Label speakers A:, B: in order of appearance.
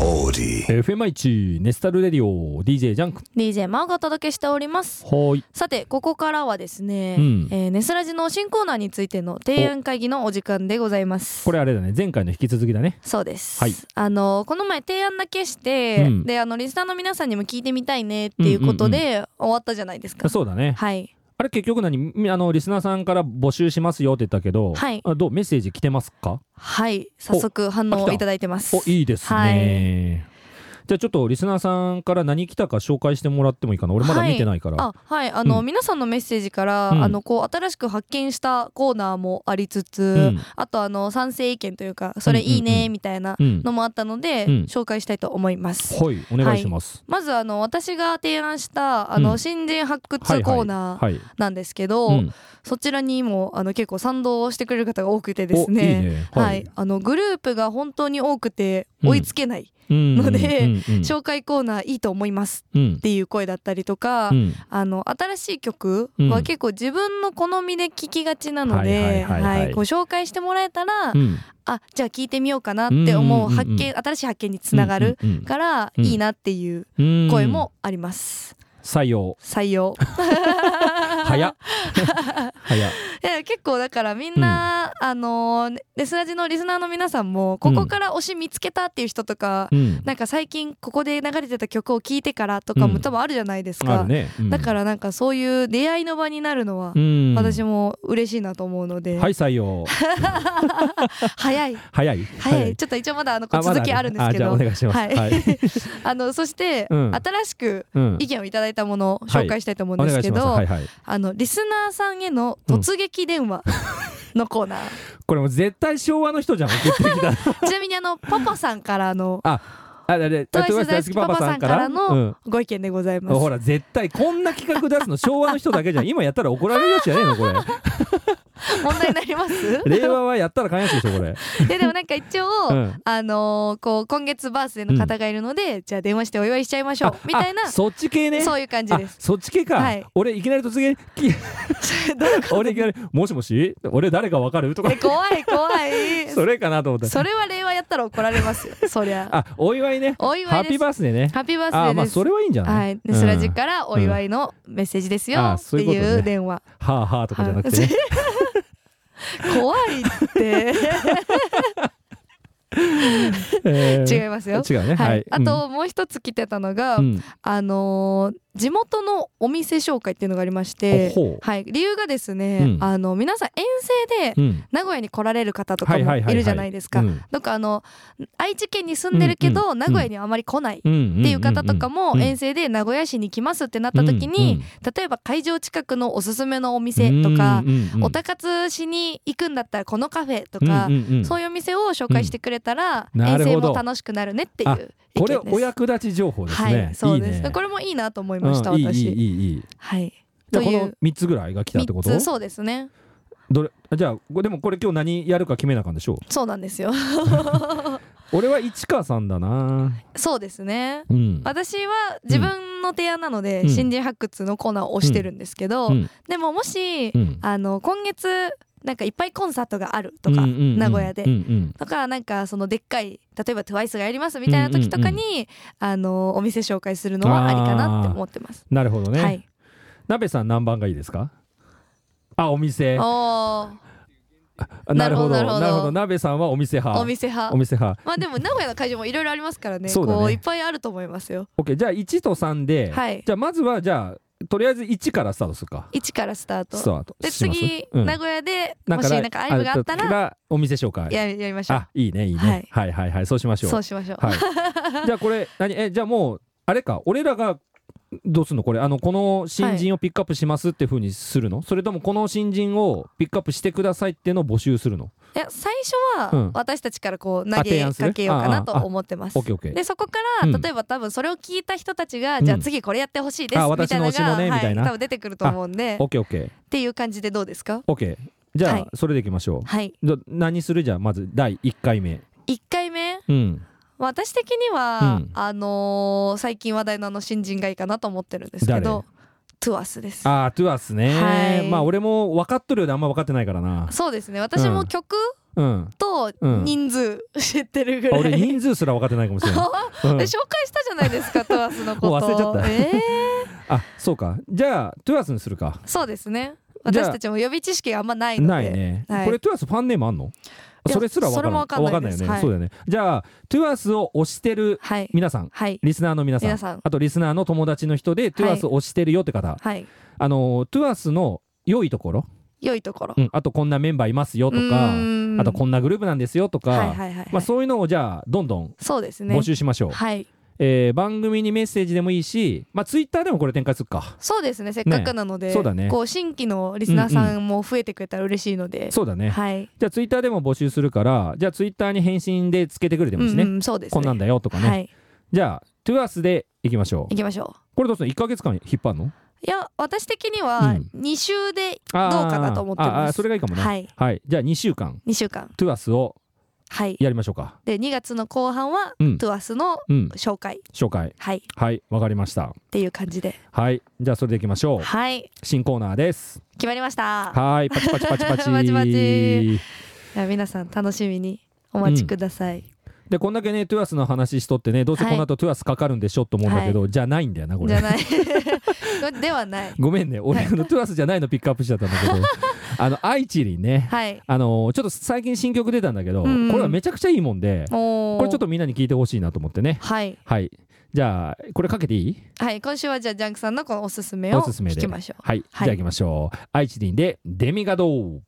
A: オーディ
B: FM1 ネスタルレディオ DJ ジャンク
C: DJ マーがお届けしております
B: はい
C: さてここからはですね、
B: うん
C: えーネスラジの新コーナーについての提案会議のお時間でございます
B: これあれだね前回の引き続きだね
C: そうです、
B: はい
C: あのこの前提案だけして、
B: うん
C: であのリスナーの皆さんにも聞いてみたいねっていうことで、終わったじゃないですか
B: そうだね
C: はい
B: あれ結局何みあのリスナーさんから募集しますよって言ったけど、
C: はい
B: あどうメッセージ来てますか
C: はい早速反
B: あ来
C: 応を
B: た
C: いただいてます
B: おいいですね、じゃあちょっとリスナーさんから何来たか紹介してもらってもいいかな俺まだ見てないから、
C: あはいあの、
B: うん
C: 皆さんのメッセージから、
B: うん
C: あのこう新しく発見したコーナーもありつつ、
B: うん
C: あとあの賛成意見というかそれ
B: うんう
C: いい
B: んう
C: ね
B: ん
C: みたいな
B: うん
C: のもあったので、
B: うん
C: 紹介したいと思います。
B: はいお願いします、
C: まずあの私が提案したあ
B: う
C: の
B: ん
C: 新人発掘
B: はいはい
C: コーナー
B: はい、
C: なんですけど、
B: うん
C: そちらにもあの結構賛同してくれる方が多くてで
B: お
C: すね
B: いいね
C: はいあのグループが本当に多くて追いつけない、
B: うん
C: ので
B: うんうん
C: 紹介コーナーいいと思います
B: うん
C: っていう声だったりとか、
B: うん
C: あの新しい曲
B: うん
C: は結構自分の好みで聴きがちなの
B: は
C: で
B: いはいはいはい
C: はいご紹介してもらえたら、
B: うん
C: あじゃあ聴いてみようかなって思う
B: うんうんうん
C: 発見、新しい発見につながる
B: うんうん
C: から
B: うん
C: いいなっていう
B: うん
C: 声もあります。
B: 採用
C: 採 用
B: 早っ早っ
C: いや結構だからみんな、あのレスラジのリスナーの皆さんもここから推し見つけたっていう人とか、
B: うん
C: なんか最近ここで流れてた曲を聴いてからとか
B: う
C: も
B: ん
C: 多分あるじゃないです
B: あ
C: か、
B: るね、うん
C: だからなんかそういう出会いの場になるのは
B: うん
C: 私も嬉しいなと思うので、
B: はい採 用
C: 早い
B: 早い
C: 早いちょっと一応まだあのこう続きあるんですけ
B: あ
C: ど
B: まだあるあじゃあお願いします
C: はい あのそして、
B: うん
C: 新しく
B: うん
C: 意見をいただいたものを紹介したいと思うん
B: お
C: で
B: 願
C: す
B: いし
C: け
B: ま
C: ど、
B: すはいはい
C: あのリスナーさんへの突撃電話のコーナー、
B: これもう絶対昭和の人じゃん送ってき た
C: ちなみにあのパパさんからの
B: あれあれ
C: トワイス大好きパパさんから
B: うん
C: のご意見でございます、
B: ほら絶対こんな企画出すの昭和の人だけじゃん今やったら怒られるやつじゃねえのこ
C: 問題になります
B: れ 令和はやったらかんやつでしょこれ
C: いやでもなんか一応、
B: うん
C: あのーこう今月バースデーの方がいるので、じゃあ電話してお祝いしちゃいましょうみたいな
B: あそっち系ね
C: そういう感じです
B: あそっち系か、
C: はい
B: 俺いきなり突撃 き俺いきなり「もしもし俺誰かわかる?」とか
C: え怖い怖い
B: それかなと思った
C: それは令和やったら怒られますよそりゃ
B: あお祝いね
C: お祝いです
B: ハッピーバースデーね
C: ハッピーバースデー
B: あ
C: です
B: まあそれはいいんじゃない、
C: はい、ネスラジ
B: うん
C: からお祝いのメッセージです
B: うん
C: よ
B: あ
C: って
B: そういうことね
C: いう電話、
B: はあはあとかじゃなくて、ね、
C: 怖い って
B: えー
C: 違いますよ、
B: 違うね
C: はい
B: はい、
C: あともう一つ来てたのが、
B: うん、うん
C: あのー地元のお店紹介っていうのがありまして
B: おほう
C: はい、理由がですね、
B: うん
C: あの皆さん遠征で
B: うん
C: 名古屋に来られる方とか
B: はいは
C: も
B: いはいはい
C: いるじゃないです
B: う
C: か。
B: ん
C: なんかあの愛知県に住んでるけ
B: うん
C: ど、
B: うん
C: 名古屋にはあまり来ないっ
B: うん
C: ていう方とかも
B: うん
C: 遠征で名古屋市に来ますってなった時に、例えば会場近くのおすすめのお店とか、おたかつしに行くんだったらこのカフェとか、そう
B: い
C: いうお店を紹介してくれたら、
B: うんな
C: 遠
B: る
C: 征
B: ほど
C: も楽しくなるねっていう意見です
B: これお役立ち情報ですね、
C: はいそうです
B: いいね
C: これもいいなと思いました、
B: うんいい
C: 私
B: いいいいいい
C: はい
B: じゃ
C: と
B: あこ
C: い
B: の
C: う
B: 三つぐらいが来たってこ
C: 3
B: と
C: つそうですね
B: どれあじゃあこでもこれ今日何やるか決めなあかんでしょう
C: そうなんですよ
B: 俺は市川さんだな
C: そうですね
B: うん
C: 私は自分の提案なので、
B: うん
C: 新人発掘のコーナーを推してるんですけど、
B: うん
C: でももし、
B: うん
C: あの今月なんかいっぱいコンサートがあるとか、
B: うんうんうん
C: 名古屋で
B: うんうん
C: とかなんかそのでっかい例えば TWICE がやりますみたいな時とかに、あのお店紹介するのはありかなって思ってます。
B: なるほどね、
C: はい。
B: 鍋さん何番がいいですかあお店
C: お
B: あなるほどな
C: な
B: る
C: る
B: ほ
C: ほ
B: ど
C: ど
B: 鍋さんはお店
C: ー
B: 派
C: お店派
B: お。店派
C: まあでも名古屋の会場もいろいろありますからね。
B: そうだね
C: こういっぱいあると思いますよ。
B: OK じゃあ1と3で、
C: はい
B: じゃあまずはじゃあとりあえず1からスタートするか
C: 一からスター
B: ス
C: ト。
B: タート
C: で
B: します
C: 次、
B: うん
C: 名古屋で
B: な
C: も
B: ん
C: し
B: か
C: なんかライブがあったら
B: お店紹介
C: ややりましょう。
B: あいいねいいね、はい、はいはいそうしましょう
C: そうしましょう。
B: はい じゃあこれ何えじゃあもうあれか俺らがどうすんのこれあのこの新人をピックアップしますっていうふうにするの、それともこの新人をピックアップしてくださいっていうのを募集するの
C: いや最初
B: うん
C: は私たちからこう
B: あ
C: 投
B: 提
C: げ
B: 案する
C: かけようかなと
B: あああ
C: 思ってます。
B: OKOK
C: でそこから、
B: うん
C: 例えば多分それを聞いた人たちが、
B: うん
C: じゃあ次これやってほしいです
B: あ
C: みたいなの
B: 私の推しも
C: が、
B: ねみたいな
C: 多分出てくると思うんでっ
B: OKOKOK
C: ていう感じでどうですか
B: じゃあ、
C: はい
B: それでいきましょう
C: はい
B: じゃあ何するじゃあまず第1回目
C: 1回目
B: うん
C: 私的に
B: う
C: は、
B: ん
C: あのー最近話題のあの新人がいいかなと思ってるんですけどトゥアスです
B: あートゥアスね、
C: はい
B: まあ俺も分かっとるようであんま分かってないからな
C: そうですね私
B: う
C: も
B: ん
C: 曲
B: うん
C: と
B: うん
C: 人数知ってるぐ
B: あ
C: らい、
B: 俺人数すら分かってないかもしれない
C: え
B: うん
C: 紹介したじゃないで すかトワスのこと
B: もう忘れちゃった
C: え
B: あそうかじゃあトゥアスにするか
C: ーそうですね
B: じゃあ
C: 私たちも予備知識があんまないので
B: ないね、
C: はい
B: これトゥアスファンネームあんの
C: いや
B: それすら分からん
C: それもわかんない
B: よ
C: です
B: ね、
C: はい
B: そうだよねじゃあトゥアスを推してる
C: はい
B: 皆さん
C: はい
B: リスナーの皆さん
C: 皆さん
B: あとリスナーの友達の人でトゥアス推してるよって方、
C: はい
B: あのトゥアスの良いところ、
C: 良いところ
B: うんあとこんなメンバーいますよとか
C: うん
B: あとこんなグループなんですよとか、
C: はいはいはい、はい
B: まあ、そういうのをじゃあどんどん
C: そうですね
B: 募集しましょう、
C: はい
B: えー番組にメッセージでもいいし、まあ、ツイッターでもこれ展開するか
C: そうですねせっかくなので、
B: ねそうだね
C: こう新規のリスナーさんも増えてくれたら嬉しいので、
B: そうだね、
C: はい、
B: じゃあツイッターでも募集するからじゃあツイッターに返信でつけてくれてもいいですね、
C: うんうん、そうですね
B: こんなんだよとかね、
C: はい
B: じゃあトゥアスでいきましょう
C: 行きましょ
B: これどうする1か月間引っ張るの
C: ういや私的に
B: う
C: は
B: ん
C: 2週で
B: あー
C: どうかなと思ってます
B: ああそれがいいかもね
C: はい、
B: はい、じゃあ2週間
C: 2週間
B: トゥアスを
C: はい
B: やりましょうか
C: で2月の後半は、
B: うん
C: トゥアスの
B: うん
C: 紹介
B: 紹介
C: はいっ
B: はいわかりました
C: ていう感じで
B: はいじゃあそれでいきましょう
C: はい
B: 新コーナーです
C: 決まりました
B: はいパチパチパチパチ
C: パチパチいや皆さん楽しみにお待ちください、
B: でこんだけねトゥアスの話しとってねどうせこの後トゥアスかかるんでしょと思うんだけど、じゃないんだよなこ
C: じゃ
B: れ
C: ない ではない
B: ごめんね俺あのトゥアスじゃないのピックアップしちゃったんだけ どあの愛知にね
C: はい
B: あのちょっと最近新曲出たんだけど、
C: うんうん
B: これはめちゃくちゃいいもんで
C: おー
B: これちょっとみんなに聞いてほしいなと思ってね
C: はい
B: はいじゃあこれかけていい
C: はい今週はじゃあジャンクさんのこのおすすめを
B: おすすめ
C: 聞
B: で
C: きましょう
B: はい、
C: はい
B: じゃあ行きましょう愛知人でデミガドー